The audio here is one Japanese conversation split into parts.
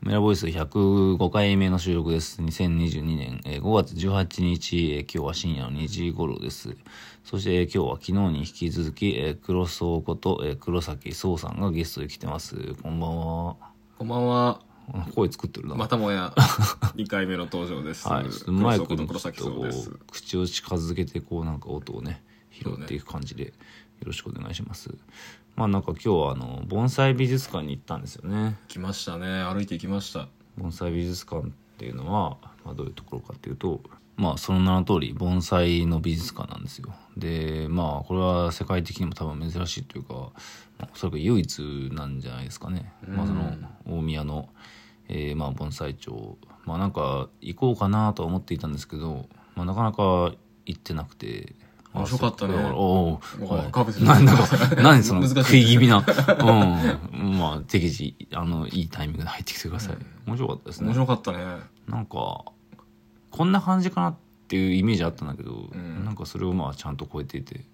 メラボイス105回目の収録です。2022年えー5月18日、えー今日は深夜の2時頃です。そしてえー今日は昨日に引き続き、えー黒荘こと、えー黒崎壮さんがゲストに来てます。こんばんは。こんばんは。あ声作ってるな。また もや、2回目の登場です。はい、ちょっと黒マイ沢クことに黒ちょっ崎とそうこですう。口を近づけてこうなんか音をね拾っていく感じでよろしくお願いします、まあなんか今日はあの盆栽美術館に行ったんですよね来ましたね。歩いて行きました。盆栽美術館っていうのは、まあ、どういうところかっていうとまあその名の通り盆栽の美術館なんですよでまあこれは世界的にも多分珍しいというか、まあおそらく唯一なんじゃないですかね、まあ、その大宮の、えーまあ、盆栽町まあなんか行こうかなとは思っていたんですけど、まあ、なかなか行ってなくて面白かったねあせからおうもうはいかぶせ てなんだか、 何その難しい食い気味な。うん。まあ、適時、あの、いいタイミングで入ってきてください。面白かったです面ね。白かったね。なんか、こんな感じかなっていうイメージあったんだけど、んなんかそれをまあ、ちゃんと超えていて。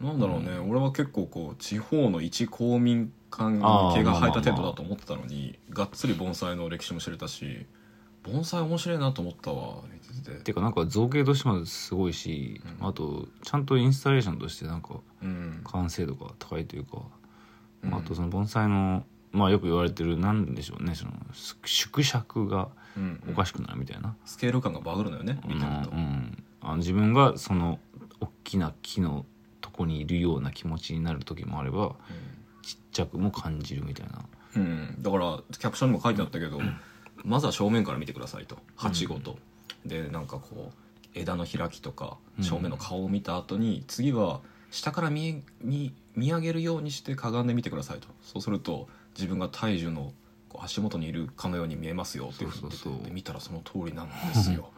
なんだろうね。俺は結構こう、地方の一公民館に毛が生えた程度だと思ってたのに、がっつり盆栽の歴史も知れたし、盆栽面白いなと思ったわ。見てて。てか、なんか造形としてもすごいし、あと、ちゃんとインスタレーションとしてなんか、うん。完成度が高いというか、うんあとその盆栽の、まあ、よく言われてる、なんでしょうね、その、縮尺がうんおかしくなるみたいな。スケール感がバグるのよね。見てるとうん。うん、あの自分がその大きな木のとこにいるような気持ちになる時もあればちっちゃくも感じるみたいなうん、だからキャプションにも書いてあったけど、まずは正面から見てくださいと鉢ごと、でなんかこう枝の開きとかうん正面の顔を見た後に、次は下から見え見見上げるようにしてかがんでみてくださいとそうすると自分が体重のこう足元にいるかのように見えますよっていうふうに言っててそうそうそうで見たらその通りなんですよ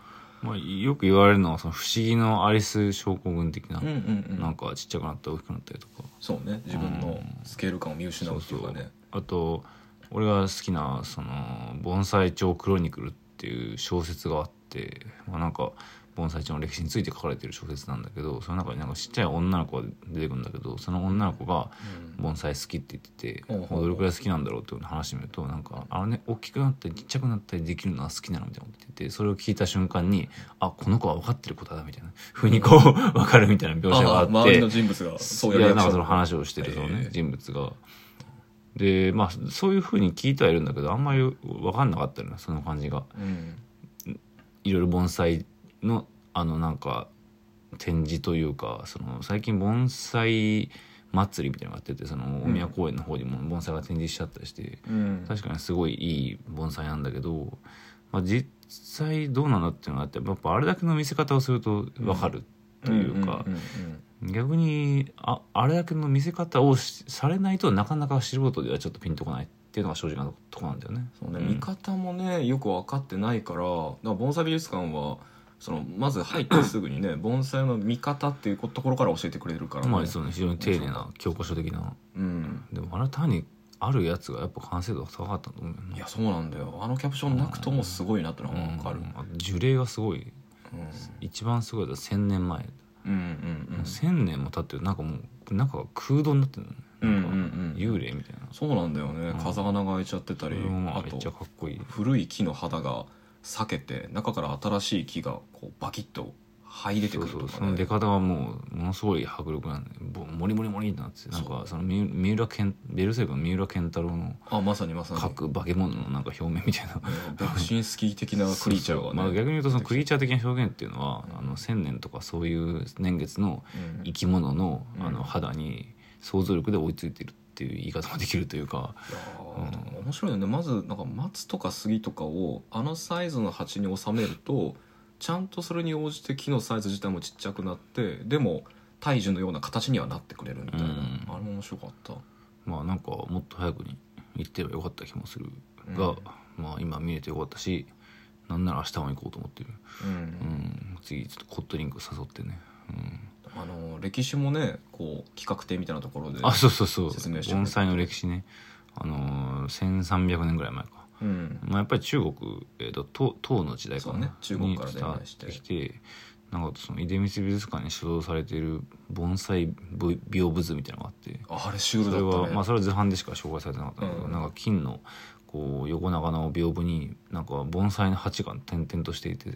まあ、よく言われるのはその不思議のアリス症候群的な、うんうんうんなんかちっちゃくなったり大きくなったりとかそうね自分のスケール感を見失うっていうかね、あと俺が好きなその「盆栽町クロニクル」っていう小説があって、まあ、なんか盆栽町の歴史について書かれてる小説なんだけどその中になんかちっちゃい女の子が出てくるんだけどその女の子が盆栽好きって言ってて、ほうほうほうどれくらい好きなんだろうっていうのを話してみるとなんかあのね大きくなったりちっちゃくなったりできるのは好きなのみたいなこと言っててそれを聞いた瞬間にあこの子は分かってる子だなみたいなふうにこう分かるみたいな描写がああって。周りの人物がそういうやリアなんクショかそンの話をしてるそのねええ人物がでまあそういうふうに聞いてはいるんだけどあんまり分かんなかったのよその感じがうんいろいろ盆栽のあのなんか展示というかその最近盆栽祭りみたいなのがあっててその大宮公園の方にも盆栽が展示しちゃったりして、うん確かにすごいいい盆栽なんだけど、まあ、実際どうなのっていうのがあってやっぱあれだけの見せ方をすると分かるというか、んんうんうん逆にああれだけの見せ方をしされないとなかなか素人ではちょっとピンとこないっていうのが正直なとこなんだよね。そうね、うん見方もねよく分かってないからだから盆栽美術館はそのまず入ってすぐに ね盆栽の見方っていうところから教えてくれるから、ねまあそうね非常に丁寧な教科書的なうん、でもあれは単にあるやつがやっぱ完成度が高かったと思うよいねやそうなんだよあのキャプションなくともすごいなってのは分かる、うんあ樹齢がすごいうん一番すごいのは1,000年前、うんうんうん1,000年も経ってるなんかもう中が空洞になってるのねうんなんかうんうん幽霊みたいなそうなんだよね風穴が開いちゃってたそり、れもまああめっちゃとかっこいい古い木の肌が裂けて中から新しい木がこうバキッと這い出てそくうるとそか、うそね、の出方はもうものすごい迫力なんでぼモリモリモリってなってなんかその三三浦健ベルセルクの三浦健太郎のあまさにまさに各化け物のなんか表面みたいなベクシンスキー的なクリーチャーがねまあ、逆に言うとそのクリーチャー的な表現っていうのは、あの千年とかそういう年月のうん生き物の,、うんあの肌に想像力で追いついてるっていう言い方もできるというか、いやー面白いよねまずなんか松とか杉とかをあのサイズの鉢に収めるとちゃんとそれに応じて木のサイズ自体もちっちゃくなってでも大樹のような形にはなってくれるみたいな、うんあれも面白かったまあなんかもっと早くに行ってればよかった気もするうんが、まあ今見れてよかったしなんなら明日も行こうと思ってる、うん、うん、次ちょっとコットリンク誘ってね、うん、あの歴史もねこう企画展みたいなところであそうそうそう説明してくれた盆栽の歴史ねあのー1300年ぐらい前か、うんまあ、やっぱり中国、えー、と唐唐の時代かそな、うね中国からに伝来して伝わってきてなんかその出光美術館に所蔵されている盆栽ぶ屏風図みたいなのがあってああれシューそルだれったは、ねまあ、それは図版でしか紹介されてなかったんだけど、うんなんか金のこう横長の屏風になんか盆栽の鉢が点々としていて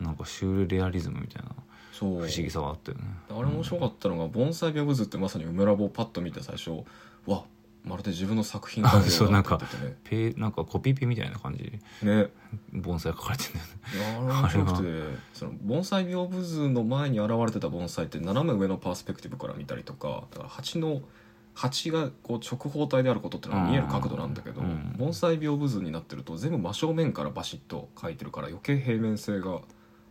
うんなんかシュールレアリズムみたいなそう不思議さがあったよねあれ面白かったのが「盆栽屏風図」ってまさに梅ラボをパッと見て最初「わまるで自分の作品かのよそううななっんてか言っててねペなんかコピペみたいな感じね盆栽書かれてんだよねいやあれ面白くてその盆栽屏風図の前に現れてた盆栽って斜め上のパースペクティブから見たりとかだから鉢の鉢がこう直方体であることってのは見える角度なんだけど、うん盆栽屏風図になってると全部真正面からバシッと描いてるから余計平面性が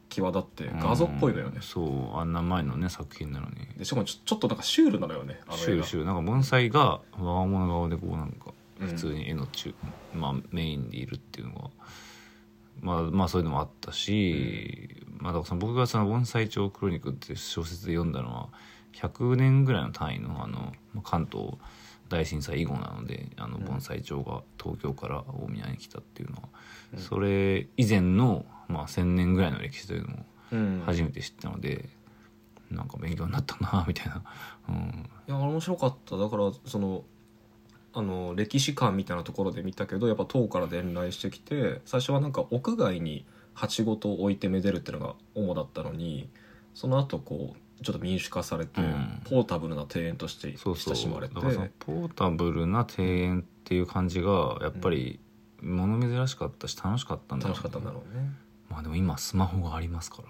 際立って画像っぽいのよねうん、そうあんな前のね作品なのにでしかもちょちょっとなんかシュールなのよねあのシ映ュー画シューなんか盆栽が我が物顔でこうなんかうん普通に絵の中、まあ、メインでいるっていうのが、まあ、まあそういうのもあったし、まあ、だからその僕がその「盆栽町クロニクル」っていう小説で読んだのは100年ぐらいの単位のあのまあ関東大震災以後なのであのうん盆栽町が東京から大宮に来たっていうのは、うんそれ以前の、まあ、1,000年ぐらいの歴史というのをうん初めて知ったので、なんか勉強になったなみたいな、うん、いや面白かっただからそのあの歴史観みたいなところで見たけどやっぱ唐から伝来してきて最初はなんか屋外に鉢ごと置いてめでるっていうのが主だったのにその後こうちょっと民主化されて、うんポータブルな庭園としてそうそう親しまれてだからそのポータブルな庭園っていう感じがやっぱり物珍しかったし楽しかったんだろ楽うねしかったんだろうね。まあでも今スマホがありますか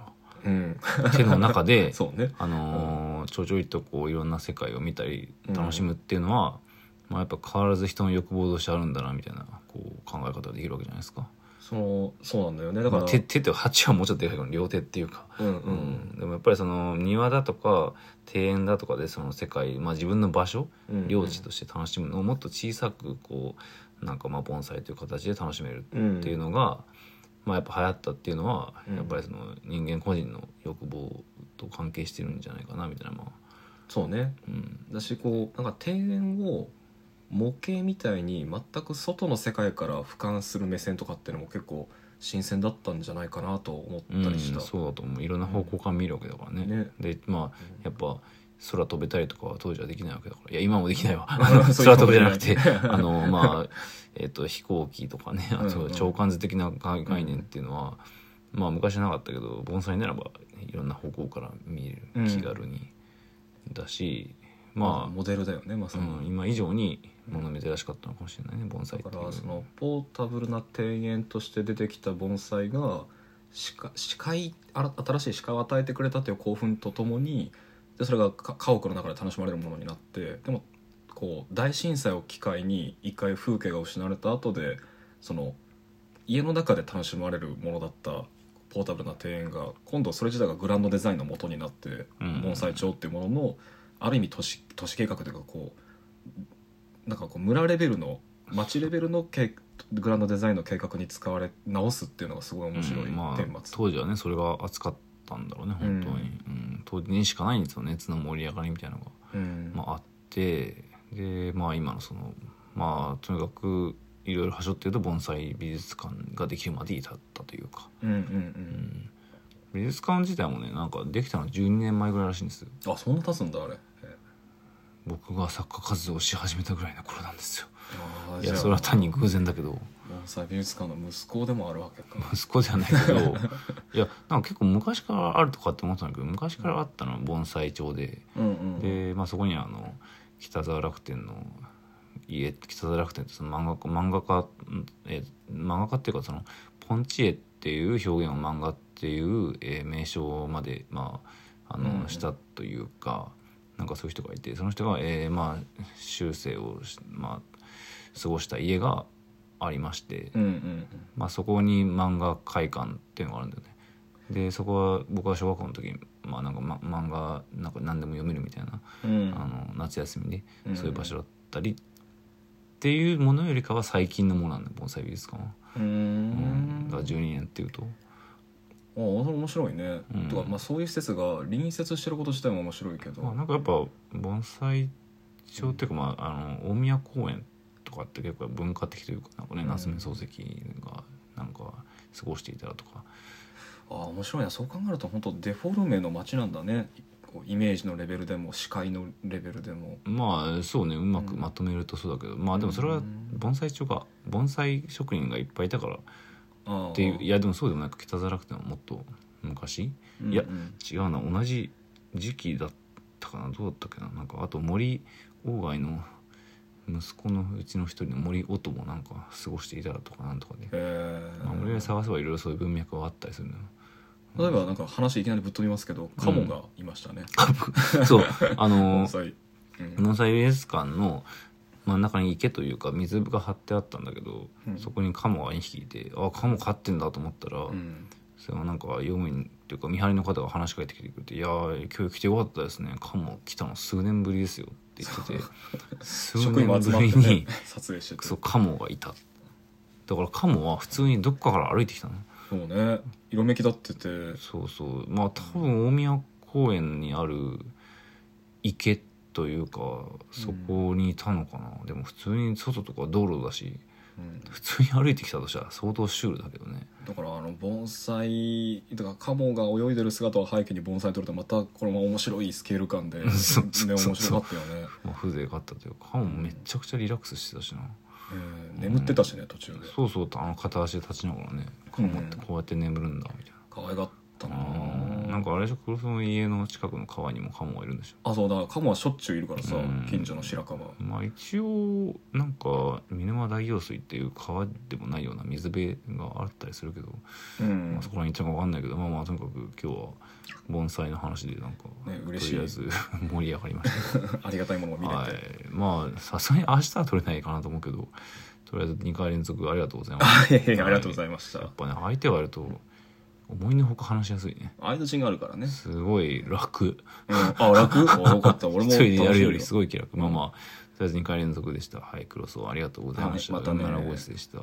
うん、ら 手の中で そうねあのーちょちょいとこういろんな世界を見たりうん楽しむっていうのは、まあ、やっぱ変わらず人の欲望としてあるんだなみたいなこう考え方ができるわけじゃないですかそのそうなんだよねだだかか、らら手手って鉢はもうちょっとでかいけど両手っていうかうんうんうん、でもやっぱりその庭だとか庭園だとかでその世界、まあ、自分の場所うんうん領地として楽しむのをもっと小さくこうなんかまあ盆栽という形で楽しめるっていうのが、まあ、やっぱ流行ったっていうのはうんやっぱりその人間個人の欲望と関係してるんじゃないかなみたいなまあ、そうねうん、だしこうなんか庭園を模型みたいに全く外の世界から俯瞰する目線とかっていうのも結構新鮮だったんじゃないかなと思ったり した、うんそうだと思ういろんな方向から見るわけだからね。ねでまあうんやっぱ空飛べたりとかは当時はできないわけだからいや今もでき ないわそうい空うこと飛べじじゃゃなないくて あのまあ、 えっと飛行機とかねあうんうとん超感図的な概概念っていうのは、まあ昔なかったけど盆栽ならばいろんな方向から見えうんる気軽に、だしまあまモデルだよねまあ、さうに、ん、今以上に物珍しかったのかもしれないね盆栽ってだいかうらそのポータブルな庭園として出てきた盆栽が視界視界あら新しい視界を与えてくれたという興奮とともにでそれがか家屋の中で楽しまれるものになってでもこう大震災を機会に一回風景が失われた後でその家の中で楽しまれるものだったポータブルな庭園が今度それ自体がグランドデザインの元になってうん盆栽町っていうもののある意味都市都市計画というかこうなんかこう村レベルの町レベルの計グランドデザインの計画に使われ直すっていうのがすごい面白いうんまあ顛末、当時はねそれが熱かったんだろうね本当に、うん当時にしかないんですよ熱の盛り上がりみたいなのが。うんまあ、あってでまあ今のそのまあとにかくいろいろ端折ってると盆栽美術館ができるまで至ったというか、うんうんううんん、美術館自体もねなんかできたの12年前ぐらいらしいんですよあそんな経つんだあれ僕が作家活動をし始めたぐらいの頃なんですよあいやそれは単に偶然だけど 盆美術館の息子でもあるわけか息子ではないけどいやなんか結構昔からあるとかって思ってたんだけど昔からあったのは盆栽町でうんうんで、まあ、そこにはあの北沢楽天の家北沢楽天ってその漫画家漫画家んえー漫画家っていうかそのポンチエっていう表現を漫画っていう、えー名称まで、まあ、あうんうのんしたというか、なんかそういう人がいてその人が、えーまあ、終生をし、まあ、過ごした家がありまして、うんうんまあ、そこに漫画会館っていうのがあるんだよね。でそこは僕は小学校の時に、まあ、なんか、ま、漫画なんか何でも読めるみたいなうんうんあの夏休みでうんそういう場所だったりっていうものよりかは最近のものなんだ盆栽美術館は、うーうんんだから12年っていうとあそれ面白いね、うんとか、まあ、そういう施設が隣接してること自体も面白いけど、まあなんかやっぱ盆栽町っていうか、まあ、あの大宮公園とかって結構文化的というかなんかねうん夏目漱石がなんか過ごしていたらとか、ああ面白いなそう考えると本当デフォルメの街なんだねこうイメージのレベルでも視界のレベルでもまあそうねうまくまとめるとそうだけど、まあでもそれうはん盆栽所が盆栽職人がいっぱいいたからっああていういやでもそうでもなく北沢くてももっと昔いやうん違うな同じ時期だったかなどうだったっけななんかあと森鴎外の息子のうちの一人の森音もなんか過ごしていたらとかなんとかで、うんへえまあ、森を探せばいろいろそういう文脈はあったりするのよ 例えばなんか話いきなりぶっ飛びますけどカモがいましたね、そうあの盆栽うん農災美術館の真ん中に池というか水が張ってあったんだけど、うんそこにカモが2匹いてあカモ飼ってんだと思ったら、うんそれはなんか用務員っていうか見張りの方が話しかけてきてくれて「いやー今日来てよかったですねカモ来たの数年ぶりですよ」って言ってて 数職年員も集まぶっりて、ねに、撮影しててそうカモがいただからカモは普通にどっかから歩いてきたのそうね色めき立っててそうそうまあ多分大宮公園にある池というかそこにいたのかな、でも普通に外とか道路だしうん普通に歩いてきたとしたら相当シュールだけどねだからあの盆栽だからカモが泳いでる姿を背景に盆栽撮るとまたこれも面白いスケール感で、ね、面そうそうそう白かったよね、まあ、風情があったというか顔もめちゃくちゃリラックスしてたしな、えー眠ってたしね途中でそうそうとあの片足で立ちながらね顔持ってこうやって眠るんだみたい可愛かったなな、うんなんかあれでしょ黒沢の家の近くの川にもカモがいるんでしょあそうだからカモはしょっちゅういるからさうん近所の白樺まあ一応なんか見沼大用水っていう川でもないような水辺があったりするけど、うんまあ、そこら辺行ったか分かんないけどまあまあとにかく今日は盆栽の話でなんか、ね嬉しいとりあえず 盛り上がりましありがたいも のを見た、れて、はい、まあさすがに明日は取れないかなと思うけどとりあえず2回連続ありがとうございますいやいやありがとうございましたやっぱね相手がいると思いのほか話しやすいね相槌があ るからね、すごい楽うん、あ楽 あよかった俺一も人でやるより楽しすみごい気楽まあまあとりあえず2回連続でしたはいクロスをありがとうございました、はいまたねウンナラボイスでした